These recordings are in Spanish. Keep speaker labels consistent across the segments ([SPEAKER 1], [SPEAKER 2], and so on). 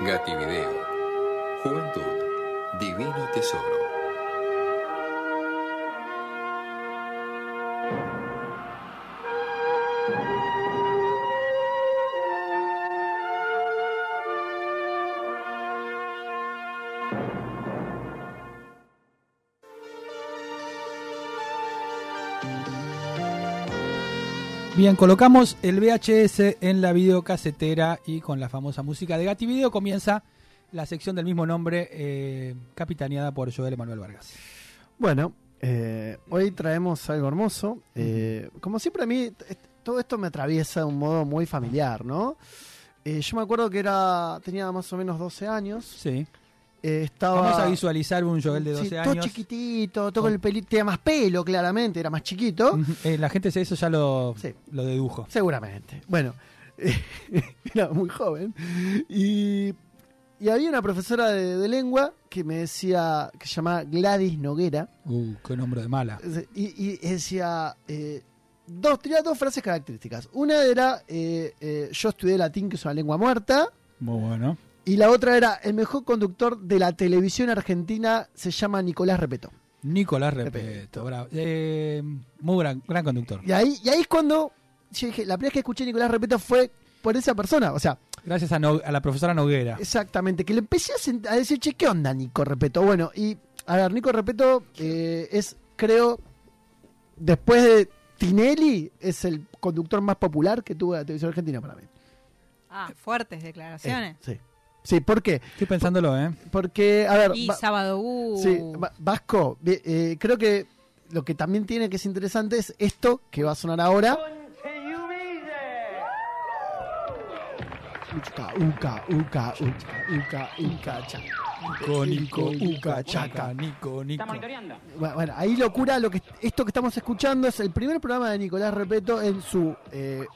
[SPEAKER 1] Gativideo. Juventud. Divino tesoro.
[SPEAKER 2] Bien, colocamos el VHS en la videocasetera y con la famosa música de Gatti Video comienza la sección del mismo nombre, eh, capitaneada por Joel Manuel Vargas.
[SPEAKER 3] Bueno, eh, hoy traemos algo hermoso. Eh, como siempre a mí, t- todo esto me atraviesa de un modo muy familiar, ¿no? Eh, yo me acuerdo que era tenía más o menos 12 años.
[SPEAKER 2] Sí.
[SPEAKER 3] eh, estaba,
[SPEAKER 2] Vamos a visualizar un Joel de 12
[SPEAKER 3] sí, Todo
[SPEAKER 2] años. Oh.
[SPEAKER 3] chiquitito, todo con el pelito. Tenía más pelo, claramente, era más chiquito.
[SPEAKER 2] Ujú, eh, la gente se- eso ya lo,
[SPEAKER 3] Sí.
[SPEAKER 2] lo dedujo.
[SPEAKER 3] Seguramente. Bueno, era muy joven. Y, y había una profesora de, de lengua que me decía, que se llamaba Gladys Noguera.
[SPEAKER 2] Uh, qué nombre de mala.
[SPEAKER 3] Y, y decía, eh, dos, tenía dos frases características. Una era, eh, eh, yo estudié latín, que es una lengua muerta.
[SPEAKER 2] Muy bueno.
[SPEAKER 3] Y la otra era, el mejor conductor de la televisión argentina se llama Nicolás Repeto.
[SPEAKER 2] Nicolás
[SPEAKER 3] Repeto.
[SPEAKER 2] Repeto, bravo. Eh, muy gran, gran conductor.
[SPEAKER 3] Y ahí, y ahí es cuando yo dije, la primera vez que escuché a Nicolás Repeto fue por esa persona. O sea,
[SPEAKER 2] Gracias a, No- a la profesora Noguera.
[SPEAKER 3] Exactamente, que le empecé a, sent- a decir, che, ¿qué onda, Nico Repeto? Bueno, y a ver, Nico Repeto eh, es, creo, después de Tinelli, es el conductor más popular que tuvo la televisión argentina para mí.
[SPEAKER 4] Ah, fuertes
[SPEAKER 3] Eh,
[SPEAKER 4] declaraciones.
[SPEAKER 3] sí. Sí, ¿por qué?
[SPEAKER 2] Estoy pensándolo, ¿eh?
[SPEAKER 3] Porque, a ver,
[SPEAKER 4] y
[SPEAKER 3] va-
[SPEAKER 4] sábado uh,
[SPEAKER 3] sí, va- Vasco, vi- eh, creo que lo que también tiene que es interesante es esto que va a sonar ahora. Uca, uca, uca, uca, uca, uca, cha.
[SPEAKER 2] Cónico, Uca, Chaca, Nico, Nico.
[SPEAKER 3] Bueno, bueno, ahí locura, lo que esto que estamos escuchando es el primer programa de Nicolás Repeto en su eh,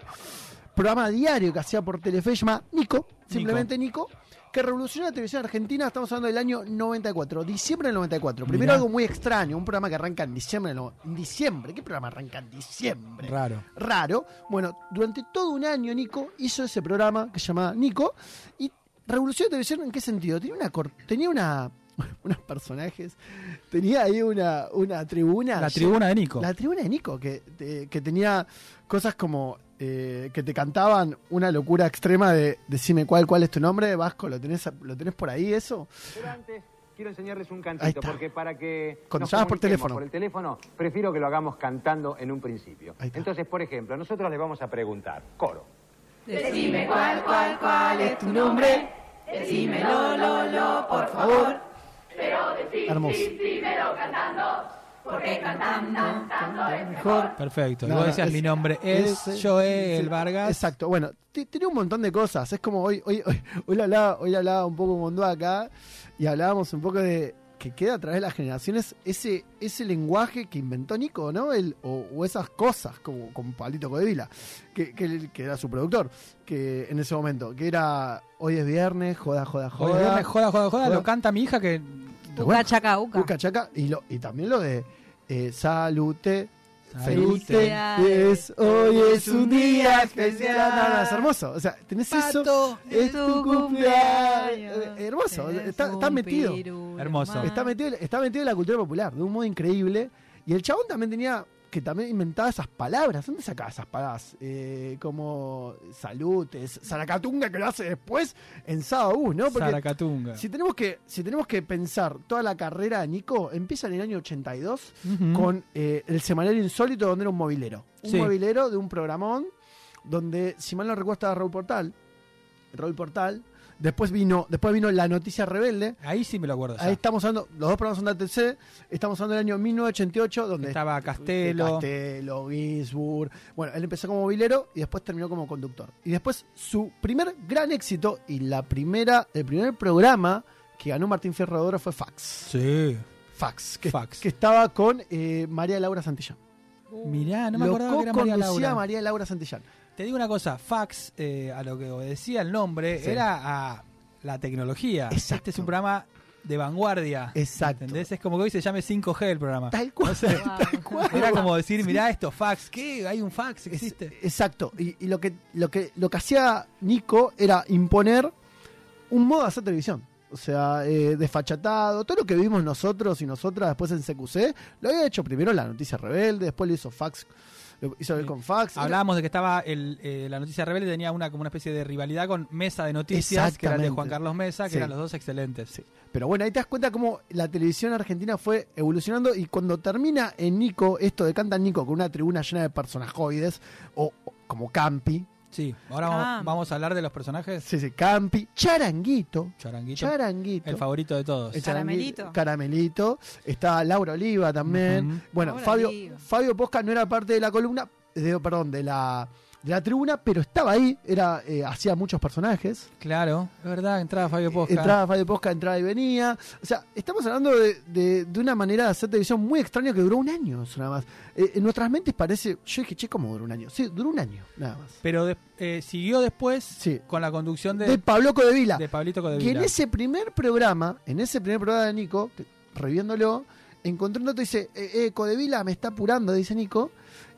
[SPEAKER 3] programa diario que hacía por Telefe, llama Nico, simplemente Nico, que revolucionó la televisión argentina, estamos hablando del año 94, diciembre del 94. Primero
[SPEAKER 2] Mirá.
[SPEAKER 3] algo muy extraño, un programa que arranca en diciembre, no, en diciembre, ¿qué programa arranca en diciembre?
[SPEAKER 2] Raro.
[SPEAKER 3] raro. Bueno, durante todo un año Nico hizo ese programa que se llamaba Nico y revolucionó la televisión en qué sentido? Tenía una cor- tenía una unos personajes, tenía ahí una, una tribuna.
[SPEAKER 2] La tribuna de Nico.
[SPEAKER 3] La tribuna de Nico, que, te- que tenía cosas como eh, que te cantaban una locura extrema de decime cuál, cuál es tu nombre, Vasco, ¿lo tenés, a- lo tenés por ahí eso?
[SPEAKER 5] Pero antes quiero enseñarles un
[SPEAKER 3] Ahí
[SPEAKER 5] cantito,
[SPEAKER 3] está.
[SPEAKER 5] porque para que.
[SPEAKER 3] Cuando
[SPEAKER 5] nos
[SPEAKER 3] llamas por
[SPEAKER 5] comuniquemos
[SPEAKER 3] teléfono.
[SPEAKER 5] Por el teléfono, prefiero que lo hagamos cantando en un principio.
[SPEAKER 3] Ahí está.
[SPEAKER 5] Entonces, por ejemplo, nosotros les vamos a preguntar, coro.
[SPEAKER 6] Decime cuál, cuál, cuál es tu nombre. Decímelo, lo, lo, por favor.
[SPEAKER 3] Hermoso.
[SPEAKER 6] Porque cantando, cantando es
[SPEAKER 3] Mejor.
[SPEAKER 2] Perfecto.
[SPEAKER 3] No,
[SPEAKER 2] y vos
[SPEAKER 3] no,
[SPEAKER 2] decías,
[SPEAKER 3] es-
[SPEAKER 2] mi nombre es,
[SPEAKER 3] es- eh,
[SPEAKER 2] Joel
[SPEAKER 3] sí,
[SPEAKER 2] Vargas.
[SPEAKER 3] Exacto, bueno, ti- tiene un montón de cosas. Es como hoy, hoy, hoy, hoy le hablaba, hoy le hablaba un poco Mondó acá y hablábamos un poco de que queda a través de las generaciones ese, ese lenguaje que inventó Nico, ¿no? El, o, o esas cosas, como con Pablito Codevila, que, que, él- que era su productor, que en ese momento, que era hoy es viernes, joda, joda,
[SPEAKER 2] Joder,
[SPEAKER 3] joda.
[SPEAKER 2] joda, joda, joda, joda,
[SPEAKER 3] joda.
[SPEAKER 2] Lo canta mi hija que.
[SPEAKER 4] Uca,
[SPEAKER 3] bueno,
[SPEAKER 4] chaca, uca.
[SPEAKER 3] Uca, chaca, y, lo, y también lo de eh, salute, Salute.
[SPEAKER 2] Salute.
[SPEAKER 3] Es, hoy es un día especial. No, no, es hermoso. O sea, tenés eso. Es tu cumpleaños. Eh, hermoso,
[SPEAKER 4] Eres
[SPEAKER 3] está- está
[SPEAKER 4] un
[SPEAKER 3] metido.
[SPEAKER 4] pirula
[SPEAKER 2] Hermoso.
[SPEAKER 4] más.
[SPEAKER 3] Está metido, está metido en la cultura popular de un modo increíble. Y el chabón también tenía que también inventaba esas palabras. ¿Dónde sacaba esas palabras? Eh, como salutes, zaracatunga que lo hace después en Sabaús, ¿no? Porque
[SPEAKER 2] Zaracatunga.
[SPEAKER 3] si tenemos, que, si tenemos que pensar toda la carrera de Nico, empieza en el año 82
[SPEAKER 2] Ujú.
[SPEAKER 3] con eh, el semanario insólito donde era un movilero. Un
[SPEAKER 2] Sí.
[SPEAKER 3] movilero de un programón donde, si mal no recuerdo, estaba Raúl Portal. Raúl Portal. Después vino, después vino La Noticia Rebelde.
[SPEAKER 2] Ahí sí me lo acuerdo. ya.
[SPEAKER 3] Ahí estamos hablando, los dos programas son de ATC, estamos hablando del año 1988, donde
[SPEAKER 2] Estaba Castelo.
[SPEAKER 3] Castelo, Ginsburg. Bueno, él empezó como vilero y después terminó como conductor. Y después su primer gran éxito y la primera, el primer programa que ganó Martín Fierro de Oro fue Fax.
[SPEAKER 2] Sí.
[SPEAKER 3] Fax, que,
[SPEAKER 2] Fax.
[SPEAKER 3] que estaba con eh, María Laura Santillán. Uh,
[SPEAKER 2] Mirá, Ah, no me
[SPEAKER 3] Lo
[SPEAKER 2] acordaba que era María
[SPEAKER 3] co-conducía
[SPEAKER 2] Laura.
[SPEAKER 3] María Laura Santillán.
[SPEAKER 2] Te digo una cosa, fax, eh, a lo que obedecía el nombre,
[SPEAKER 3] Sí.
[SPEAKER 2] era a la tecnología.
[SPEAKER 3] Exacto.
[SPEAKER 2] Este es un programa de vanguardia.
[SPEAKER 3] Exacto.
[SPEAKER 2] ¿Entendés? Es como que hoy se llame 5G el programa.
[SPEAKER 3] Tal cual. tal cual.
[SPEAKER 2] Era como decir, mirá esto, fax. ¿Qué? ¿Hay un fax? que ¿Existe?
[SPEAKER 3] Exacto. Y, y lo que lo que lo que hacía Nico era imponer un modo de hacer televisión. O sea, eh, desfachatado, todo lo que vimos nosotros y nosotras después en CQC, lo había hecho primero la noticia rebelde, después lo hizo Fax, lo hizo él con Fax. Era-
[SPEAKER 2] Hablábamos de que estaba el, eh, la noticia rebelde, tenía una como una especie de rivalidad con Mesa de Noticias, que era el de
[SPEAKER 3] Exactamente.
[SPEAKER 2] Juan Carlos Mesa, que
[SPEAKER 3] Sí.
[SPEAKER 2] eran los dos excelentes.
[SPEAKER 3] Sí. Pero bueno, ahí te das cuenta cómo la televisión argentina fue evolucionando y cuando termina en Nico, esto de Canta Nico con una tribuna llena de personajoides, o, o como Campi,
[SPEAKER 2] Sí, ahora vamos,
[SPEAKER 4] Ah.
[SPEAKER 2] vamos a hablar de los personajes.
[SPEAKER 3] sí, sí, Campi, Charanguito,
[SPEAKER 2] Charanguito,
[SPEAKER 3] Charanguito.
[SPEAKER 2] el favorito de todos.
[SPEAKER 3] el Charangui-
[SPEAKER 4] Caramelito.
[SPEAKER 3] Caramelito. Está Laura Oliva también.
[SPEAKER 2] Ujú.
[SPEAKER 3] Bueno,
[SPEAKER 4] Laura
[SPEAKER 3] Fabio,
[SPEAKER 4] Oliva.
[SPEAKER 3] Fabio Posca no era parte de la columna, de- perdón, de la, de la tribuna, pero estaba ahí, era, eh, hacía muchos personajes.
[SPEAKER 2] Claro, es verdad, entraba Fabio Posca.
[SPEAKER 3] Eh, Entraba Fabio Posca, entraba y venía. O sea, estamos hablando de, de- de una manera de hacer televisión muy extraña que duró un año, eso nada más. Eh, en nuestras mentes parece. Yo dije, che, ¿cómo duró un año? Sí, duró un año, nada más.
[SPEAKER 2] Pero de- eh, siguió después
[SPEAKER 3] Sí.
[SPEAKER 2] con la conducción
[SPEAKER 3] De,
[SPEAKER 2] de,
[SPEAKER 3] Pablo Codevila.
[SPEAKER 2] de Pablito
[SPEAKER 3] Que en
[SPEAKER 2] Codevila.
[SPEAKER 3] ese primer programa, en ese primer programa de Nico, que- reviéndolo, encontré un dato dice: eh, eh, Codevila me está apurando, dice Nico,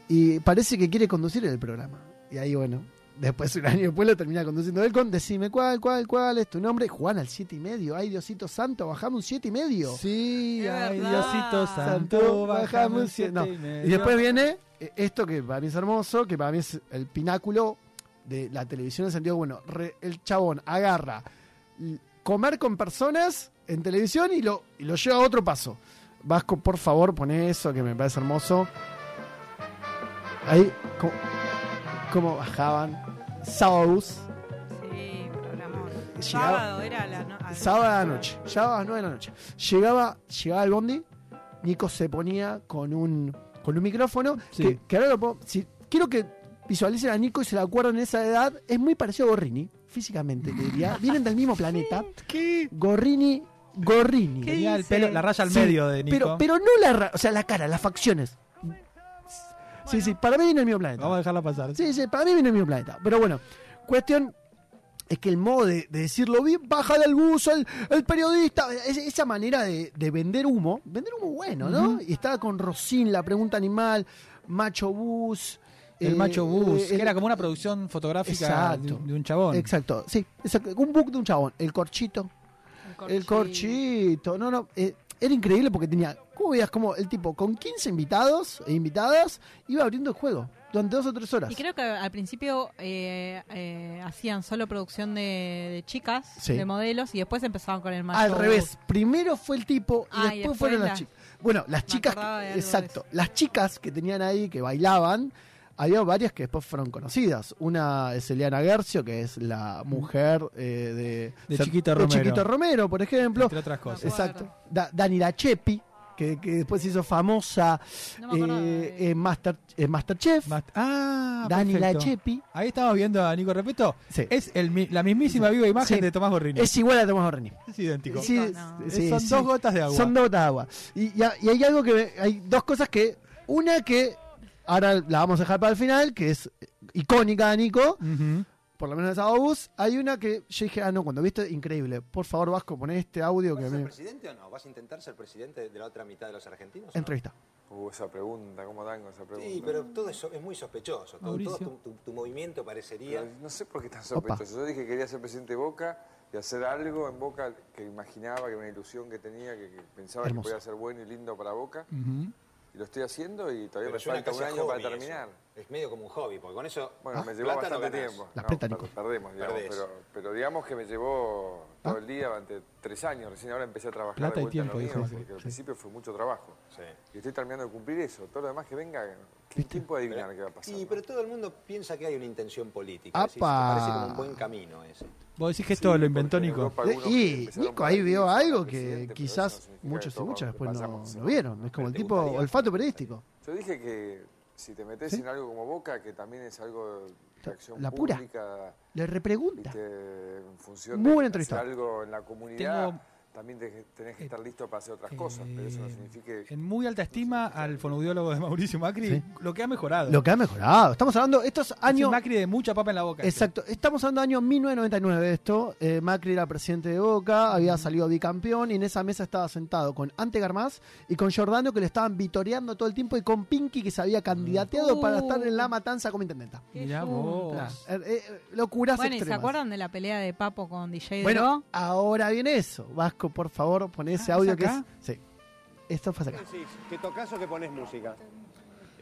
[SPEAKER 3] y parece que quiere conducir el programa. Y ahí, bueno. Después, un año después, lo termina conduciendo él con Decime cuál, cuál, cuál es tu nombre. Juan al siete y medio. Ay, Diosito Santo, bajame un siete y medio.
[SPEAKER 2] Sí,
[SPEAKER 4] Es
[SPEAKER 2] ay
[SPEAKER 4] verdad.
[SPEAKER 2] Diosito Santo,
[SPEAKER 3] Santo,
[SPEAKER 2] bajame
[SPEAKER 3] bajame
[SPEAKER 2] un
[SPEAKER 3] un
[SPEAKER 2] siete
[SPEAKER 3] no.
[SPEAKER 2] y medio.
[SPEAKER 3] Y después viene eh, esto que para mí es hermoso, que para mí es el pináculo de la televisión en el sentido, bueno, re- el chabón agarra l- comer con personas en televisión y lo, y lo lleva a otro paso. Vasco, por favor, pone eso que me parece hermoso. Ahí, como, bajaban. Sábados,
[SPEAKER 4] Sí, programón.
[SPEAKER 3] Llegaba-
[SPEAKER 4] Sábado era la no- a-
[SPEAKER 3] sábado a la noche, sábado a las 9 de la noche. Llegaba, llegaba el bondi, Nico se ponía con un, con un micrófono
[SPEAKER 2] Sí.
[SPEAKER 3] que, que ahora lo puedo- si quiero que visualicen a Nico y se la acuerden en esa edad, es muy parecido a Gorrini, físicamente te diría. Vienen del mismo planeta.
[SPEAKER 2] ¿Qué?
[SPEAKER 3] Gorrini, Gorrini.
[SPEAKER 4] ¿Qué
[SPEAKER 2] Tenía el
[SPEAKER 4] dice?
[SPEAKER 2] pelo, la raya al
[SPEAKER 3] Sí,
[SPEAKER 2] medio de Nico.
[SPEAKER 3] Pero, pero no la, ra- o sea, la cara, las facciones. Sí, sí, para mí viene el mismo planeta.
[SPEAKER 2] Vamos a dejarla pasar.
[SPEAKER 3] Sí, sí, para mí viene el mismo planeta. Pero bueno, cuestión es que el modo de, de decirlo bien, baja del buzo el, el periodista, es- esa manera de, de vender humo, vender humo bueno, ¿no? Y estaba con Rosín, la pregunta animal, Macho Bus.
[SPEAKER 2] El
[SPEAKER 3] eh,
[SPEAKER 2] macho bus,
[SPEAKER 3] eh,
[SPEAKER 2] que
[SPEAKER 3] el-
[SPEAKER 2] era como una producción fotográfica de,
[SPEAKER 3] Exacto.
[SPEAKER 2] un- de un chabón.
[SPEAKER 3] Exacto, sí, exacto, un book de un chabón, el corchito, el corchito, no, no, eh, era increíble porque tenía, ¿cómo veías? Como el tipo con 15 invitados e invitadas iba abriendo el juego durante dos o tres horas.
[SPEAKER 4] Y creo que al principio eh, eh, hacían solo producción de, de chicas,
[SPEAKER 3] Sí.
[SPEAKER 4] de modelos, y después empezaban con el macho.
[SPEAKER 3] Al revés, primero fue el tipo y
[SPEAKER 4] Ah, y
[SPEAKER 3] después,
[SPEAKER 4] después
[SPEAKER 3] fueron las
[SPEAKER 4] la-
[SPEAKER 3] chicas. Bueno, las chicas,
[SPEAKER 4] acordaba de algo de
[SPEAKER 3] exacto, las chicas que tenían ahí, que bailaban, había varias que después fueron conocidas. Una es Eliana Gercio, que es la mujer eh, de,
[SPEAKER 2] De Chiquito Romero.
[SPEAKER 3] Chiquito Romero, por ejemplo.
[SPEAKER 2] Entre otras cosas.
[SPEAKER 4] Es-
[SPEAKER 3] Exacto. Da- Dani Lachepi, que, que después se hizo famosa
[SPEAKER 4] No me acordaba
[SPEAKER 3] eh,
[SPEAKER 4] de-
[SPEAKER 3] en Master, en Masterchef.
[SPEAKER 2] Mas- ah,
[SPEAKER 3] Dani
[SPEAKER 2] perfecto.
[SPEAKER 3] Lachepi.
[SPEAKER 2] Ahí estamos viendo a Nico Repeto.
[SPEAKER 3] Sí.
[SPEAKER 2] Es el mi- la mismísima viva imagen
[SPEAKER 3] Sí.
[SPEAKER 2] de Tomás Borrini.
[SPEAKER 3] Es igual a Tomás Borrini.
[SPEAKER 2] Es idéntico.
[SPEAKER 4] Sí, no.
[SPEAKER 2] Eh, son dos gotas de agua.
[SPEAKER 3] Son dos gotas de agua. Y, y ha- y hay algo que. me- Hay dos cosas que. Una que ahora la vamos a dejar para el final, que es icónica de Nico,
[SPEAKER 2] Ujú.
[SPEAKER 3] por lo menos de Sábado Bus. Hay una que yo dije, ah, no, cuando viste, increíble. Por favor, Vasco, poné este audio que
[SPEAKER 7] ¿Vas a ser
[SPEAKER 3] me.
[SPEAKER 7] presidente o no? ¿Vas a intentar ser presidente de la otra mitad de los argentinos? o no?
[SPEAKER 3] Entrevista.
[SPEAKER 8] Uh, esa pregunta, ¿cómo tango esa pregunta?
[SPEAKER 7] Sí, pero todo eso es muy sospechoso. Todo,
[SPEAKER 2] Mauricio.
[SPEAKER 7] todo tu, tu- tu movimiento parecería.
[SPEAKER 8] Pero No sé por qué tan sospechoso. Yo dije que quería ser presidente de Boca y hacer algo en Boca que imaginaba, que era una ilusión que tenía, que, que pensaba
[SPEAKER 3] Hermoso.
[SPEAKER 8] que podía ser bueno y lindo para Boca.
[SPEAKER 2] Ujú.
[SPEAKER 8] Y lo estoy haciendo y
[SPEAKER 7] pero
[SPEAKER 8] todavía me
[SPEAKER 7] suena
[SPEAKER 8] falta un
[SPEAKER 7] casi a
[SPEAKER 8] año para
[SPEAKER 7] hobby
[SPEAKER 8] terminar.
[SPEAKER 7] eso. Es medio como un hobby, porque con eso.
[SPEAKER 8] Bueno,
[SPEAKER 2] Ah,
[SPEAKER 8] me llevó
[SPEAKER 7] plata no
[SPEAKER 8] bastante
[SPEAKER 7] ganás.
[SPEAKER 8] tiempo.
[SPEAKER 3] La aprieta,
[SPEAKER 8] per-
[SPEAKER 3] Nico.
[SPEAKER 8] perdemos, digamos,
[SPEAKER 7] Perdés.
[SPEAKER 8] pero, pero digamos que me llevó todo el día durante tres años. Recién ahora empecé a trabajar
[SPEAKER 2] Ah. Plata
[SPEAKER 8] de
[SPEAKER 2] y
[SPEAKER 8] vuelta en lo
[SPEAKER 2] tiempo, dijo
[SPEAKER 8] mío,
[SPEAKER 2] Macri.
[SPEAKER 8] porque al principio fue mucho trabajo.
[SPEAKER 7] Sí.
[SPEAKER 8] Y estoy terminando de cumplir eso. Todo lo demás que venga, ¿quién quién puede adivinar qué va a pasar?
[SPEAKER 7] Sí,
[SPEAKER 8] no?
[SPEAKER 7] pero todo el mundo piensa que hay una intención política.
[SPEAKER 3] ¡Apa!
[SPEAKER 7] decís, te parece como un buen camino ese.
[SPEAKER 2] Vos decís que esto
[SPEAKER 8] Sí,
[SPEAKER 2] lo inventó
[SPEAKER 8] porque en
[SPEAKER 2] Nico.
[SPEAKER 8] Europa algunos
[SPEAKER 3] Y
[SPEAKER 8] empezaron
[SPEAKER 3] Nico
[SPEAKER 8] por
[SPEAKER 3] ahí vio algo
[SPEAKER 8] presidente,
[SPEAKER 3] que
[SPEAKER 8] pero eso no
[SPEAKER 3] quizás
[SPEAKER 8] significa que
[SPEAKER 3] muchos y
[SPEAKER 8] todo
[SPEAKER 3] muchas después no,
[SPEAKER 8] pasamos.
[SPEAKER 3] no vieron. Es como el
[SPEAKER 7] Pero te
[SPEAKER 3] tipo
[SPEAKER 7] gustaría.
[SPEAKER 3] olfato periodístico.
[SPEAKER 8] Yo dije que si te metes en algo como Boca, que también es algo de acción
[SPEAKER 3] La pura.
[SPEAKER 8] pública,
[SPEAKER 3] Le repregunta.
[SPEAKER 8] Este, viste, en función
[SPEAKER 3] Muy buena
[SPEAKER 8] de hacer
[SPEAKER 3] entrevista.
[SPEAKER 8] algo en la comunidad,
[SPEAKER 2] Tengo-
[SPEAKER 8] también te- tenés que
[SPEAKER 2] Eh,
[SPEAKER 8] estar listo para hacer otras
[SPEAKER 2] eh,
[SPEAKER 8] cosas, pero eso no significa que
[SPEAKER 2] En muy alta estima al fonoaudiólogo de Mauricio Macri,
[SPEAKER 3] Sí.
[SPEAKER 2] lo que ha mejorado.
[SPEAKER 3] Lo que ha mejorado. Estamos hablando, estos
[SPEAKER 2] Es el
[SPEAKER 3] años.
[SPEAKER 2] Macri de mucha papa en la boca.
[SPEAKER 3] Exacto, estamos hablando del año 1999 de esto. Eh, Macri era presidente de Boca, había salido bicampeón y en esa mesa estaba sentado con Ante Garmaz y con Giordano que le estaban vitoreando todo el tiempo y con Pinky que se había candidateado
[SPEAKER 4] Uh.
[SPEAKER 3] para estar en la matanza como intendenta.
[SPEAKER 4] Qué
[SPEAKER 2] Este. Mirá
[SPEAKER 4] yunta.
[SPEAKER 2] vos.
[SPEAKER 3] Claro, eh, eh, locuras
[SPEAKER 4] Bueno, ¿y se
[SPEAKER 3] extremas.
[SPEAKER 4] acuerdan de la pelea de Papo con DJ
[SPEAKER 3] Bueno,
[SPEAKER 4] Dro?
[SPEAKER 3] ahora viene eso. Vasco, por favor, pon ese
[SPEAKER 2] Ah, ¿es
[SPEAKER 3] audio que es.
[SPEAKER 2] acá?
[SPEAKER 3] Sí. Esto fue acá.
[SPEAKER 5] ¿Que tocas o que pones música?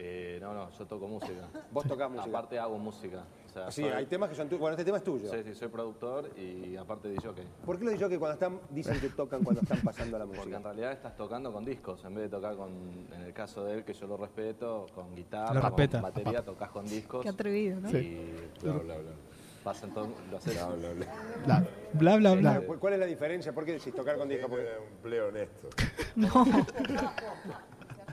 [SPEAKER 9] Eh, no, no, yo toco música.
[SPEAKER 5] Vos tocás música.
[SPEAKER 9] Aparte hago música. O sea,
[SPEAKER 5] Sí,
[SPEAKER 9] soy-
[SPEAKER 5] hay temas que son tuyos. Bueno, este tema es tuyo.
[SPEAKER 9] sí, sí, soy productor y aparte de yo
[SPEAKER 5] ¿Por qué lo digo que cuando están, dicen que tocan cuando están pasando la
[SPEAKER 9] Porque
[SPEAKER 5] música?
[SPEAKER 9] en realidad estás tocando con discos, en vez de tocar con, en el caso de él, que yo lo respeto, con guitarra,
[SPEAKER 2] Lo
[SPEAKER 9] con
[SPEAKER 2] respeta.
[SPEAKER 9] batería, tocas con discos.
[SPEAKER 4] Qué atrevido, ¿no?
[SPEAKER 9] Y bla, bla, bla. Pasa entonces, lo haces.
[SPEAKER 3] Claro.
[SPEAKER 2] Bla, bla, bla.
[SPEAKER 5] ¿Cu- ¿Cuál es la diferencia? ¿Por qué decís tocar con disco? Porque-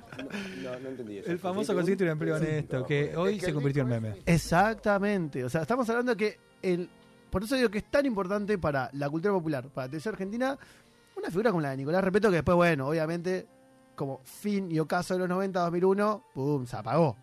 [SPEAKER 5] No, no entendí eso.
[SPEAKER 2] El famoso conseguiste un empleo honesto, que hoy se convirtió en meme.
[SPEAKER 3] Exactamente. O sea, estamos hablando que el. Por eso digo que es tan importante para la cultura popular, para la televisión argentina, una figura como la de Nicolás Repeto, que después, bueno, obviamente, como fin y ocaso de los 90, 2001, ¡pum! se apagó.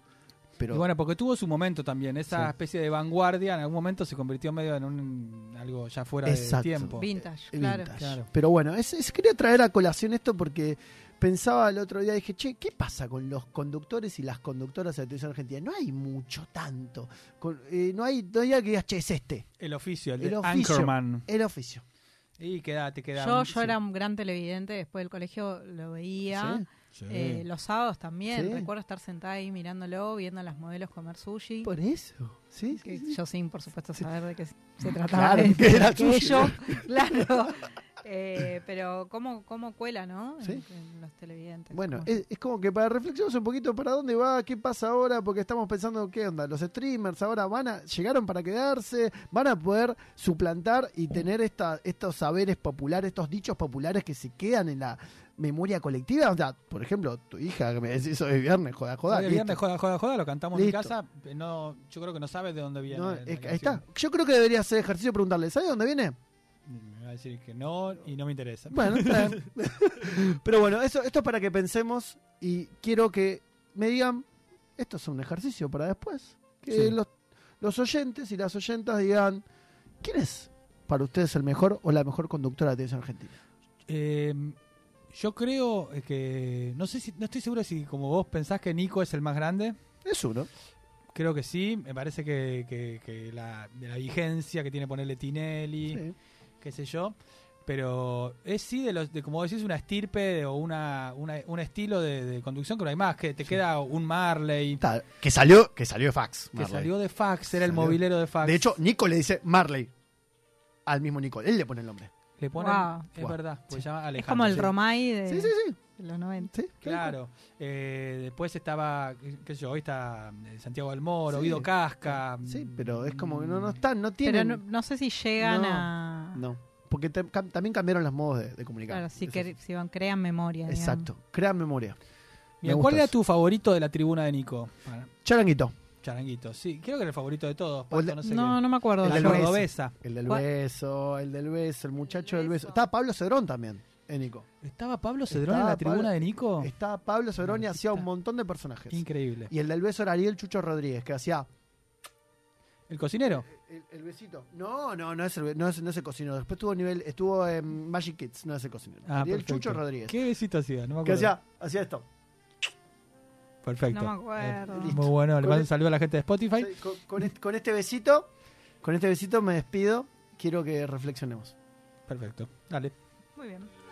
[SPEAKER 3] Pero
[SPEAKER 2] Y bueno, porque tuvo su momento también, esa
[SPEAKER 3] Sí.
[SPEAKER 2] especie de vanguardia en algún momento se convirtió medio en un algo ya fuera de
[SPEAKER 3] Exacto.
[SPEAKER 2] tiempo.
[SPEAKER 4] Vintage,
[SPEAKER 3] eh,
[SPEAKER 4] claro.
[SPEAKER 3] vintage.
[SPEAKER 2] claro.
[SPEAKER 3] Pero bueno, es, es- quería traer a colación esto porque pensaba el otro día, dije, che, ¿qué pasa con los conductores y las conductoras de la televisión argentina? No hay mucho tanto. Con- eh, no hay no hay alguien que digas, che, es este.
[SPEAKER 2] El oficio, el,
[SPEAKER 3] El
[SPEAKER 2] de
[SPEAKER 3] oficio.
[SPEAKER 2] Anchorman.
[SPEAKER 3] El oficio.
[SPEAKER 2] Y quédate, quédate.
[SPEAKER 4] Yo, yo era un gran televidente, después del colegio lo veía. Eh, los sábados también,
[SPEAKER 3] Sí.
[SPEAKER 4] recuerdo estar sentada ahí mirándolo, viendo a las modelos comer sushi.
[SPEAKER 3] Por eso. Sí,
[SPEAKER 4] que
[SPEAKER 3] sí, sí. Ah,
[SPEAKER 4] Yo sin, por supuesto, saber de qué se trataba.
[SPEAKER 3] Claro,
[SPEAKER 4] de-
[SPEAKER 3] que era
[SPEAKER 4] de
[SPEAKER 3] sushi.
[SPEAKER 4] ello, claro. Eh, pero cómo, cómo cuela, ¿no? En-
[SPEAKER 3] Sí.
[SPEAKER 4] en los televidentes.
[SPEAKER 3] Bueno,
[SPEAKER 4] Como-
[SPEAKER 3] es, es como que para reflexionemos un poquito para dónde va, qué pasa ahora, porque estamos pensando qué onda, los streamers ahora van a, llegaron para quedarse, van a poder suplantar y tener esta, estos saberes populares, estos dichos populares que se quedan en la memoria colectiva. O sea, por ejemplo, tu hija que me decís hoy es viernes, joda, joda.
[SPEAKER 2] Hoy el
[SPEAKER 3] listo.
[SPEAKER 2] viernes, joda, joda, joda, lo cantamos
[SPEAKER 3] Listo.
[SPEAKER 2] en casa. eh, No, yo creo que no sabes de dónde viene.
[SPEAKER 3] No,
[SPEAKER 2] la
[SPEAKER 3] es que- ahí
[SPEAKER 2] canción.
[SPEAKER 3] está. Yo creo que debería hacer ejercicio y preguntarle, ¿sabe dónde viene?
[SPEAKER 2] Me va a decir que no y no me interesa.
[SPEAKER 3] Bueno, está bien. pero bueno, eso, esto es para que pensemos y quiero que me digan, esto es un ejercicio para después, que
[SPEAKER 2] Sí.
[SPEAKER 3] los, los oyentes y las oyentas digan, ¿quién es para ustedes el mejor o la mejor conductora de televisión argentina?
[SPEAKER 2] Eh, yo creo eh, que. No sé si, no estoy seguro si como vos pensás que Nico es el más grande.
[SPEAKER 3] Es uno.
[SPEAKER 2] Creo que sí. Me parece que, que- que la, de la vigencia que tiene ponerle Tinelli,
[SPEAKER 3] Sí.
[SPEAKER 2] qué sé yo. Pero es sí de los, de como decís, una estirpe o una, una- un estilo de, de conducción que no hay más, que te queda un Marley,
[SPEAKER 3] Está, que salió, que salió de fax.
[SPEAKER 2] que
[SPEAKER 3] Marley.
[SPEAKER 2] salió de fax, era el
[SPEAKER 3] Salió.
[SPEAKER 2] mobilero de fax.
[SPEAKER 3] De hecho, Nico le dice Marley al mismo Nico. Él le pone el nombre.
[SPEAKER 2] le ponen,
[SPEAKER 4] Wow.
[SPEAKER 2] es
[SPEAKER 3] Wow.
[SPEAKER 2] verdad, pues se llama
[SPEAKER 4] es
[SPEAKER 2] Alejandro.
[SPEAKER 4] como el
[SPEAKER 2] Sí.
[SPEAKER 4] Romay de,
[SPEAKER 3] Sí, sí, sí.
[SPEAKER 4] de los 90.
[SPEAKER 3] sí.
[SPEAKER 2] Claro. Eh, después estaba, qué sé yo, hoy está eh, Santiago del Moro,
[SPEAKER 3] Sí.
[SPEAKER 2] Guido Casca. mm,
[SPEAKER 3] Sí, pero es como que no, no están, no
[SPEAKER 4] Pero
[SPEAKER 3] tienen.
[SPEAKER 4] no, no sé si llegan
[SPEAKER 3] No,
[SPEAKER 4] a...
[SPEAKER 3] No, porque te- cam- también cambiaron los modos de, de comunicar.
[SPEAKER 4] Claro, si,
[SPEAKER 3] Eso
[SPEAKER 4] quer-
[SPEAKER 3] sí.
[SPEAKER 4] si van, crean memoria. digamos.
[SPEAKER 3] Exacto, crean memoria.
[SPEAKER 2] Mira,
[SPEAKER 3] Me
[SPEAKER 2] ¿Cuál
[SPEAKER 3] gusta
[SPEAKER 2] era
[SPEAKER 3] eso.
[SPEAKER 2] tu favorito de la tribuna de Nico? Para-
[SPEAKER 3] Charanguito,
[SPEAKER 2] Charanguito, sí, creo que era el favorito de todos.
[SPEAKER 3] O
[SPEAKER 2] Pato,
[SPEAKER 3] el de-
[SPEAKER 2] no sé
[SPEAKER 4] No, no me acuerdo.
[SPEAKER 2] qué. La
[SPEAKER 3] el del
[SPEAKER 4] yo.
[SPEAKER 3] beso.
[SPEAKER 2] cordobesa.
[SPEAKER 3] el del
[SPEAKER 4] ¿Cuál?
[SPEAKER 3] beso, el del beso, el muchacho
[SPEAKER 4] El
[SPEAKER 3] del beso.
[SPEAKER 4] beso.
[SPEAKER 3] Estaba Pablo Cedrón también, en Nico.
[SPEAKER 2] ¿Estaba Pablo Cedrón
[SPEAKER 3] Estaba
[SPEAKER 2] en la tribuna
[SPEAKER 3] Pablo-
[SPEAKER 2] de Nico?
[SPEAKER 3] Estaba Pablo Cedrón y
[SPEAKER 2] Maldita.
[SPEAKER 3] hacía un montón de personajes.
[SPEAKER 2] Increíble.
[SPEAKER 3] Y el del beso era Ariel Chucho Rodríguez, que hacía
[SPEAKER 2] ¿El cocinero?
[SPEAKER 3] el, el besito. No, no, no es, el, be- no, es, no es el cocinero. Después estuvo nivel, estuvo en Magic Kids, no es el cocinero.
[SPEAKER 2] Ah,
[SPEAKER 3] Ariel
[SPEAKER 2] perfecto.
[SPEAKER 3] Chucho Rodríguez.
[SPEAKER 2] ¿Qué besito hacía? No me acuerdo.
[SPEAKER 3] Que hacía, hacía esto.
[SPEAKER 2] Perfecto.
[SPEAKER 4] No me acuerdo.
[SPEAKER 2] Eh, muy bueno, le
[SPEAKER 3] Con
[SPEAKER 2] mando
[SPEAKER 3] el-
[SPEAKER 2] un saludo a la gente de Spotify.
[SPEAKER 3] Sí, con, con este, con este besito, con este besito me despido. Quiero que reflexionemos.
[SPEAKER 2] Perfecto, dale.
[SPEAKER 4] Muy bien.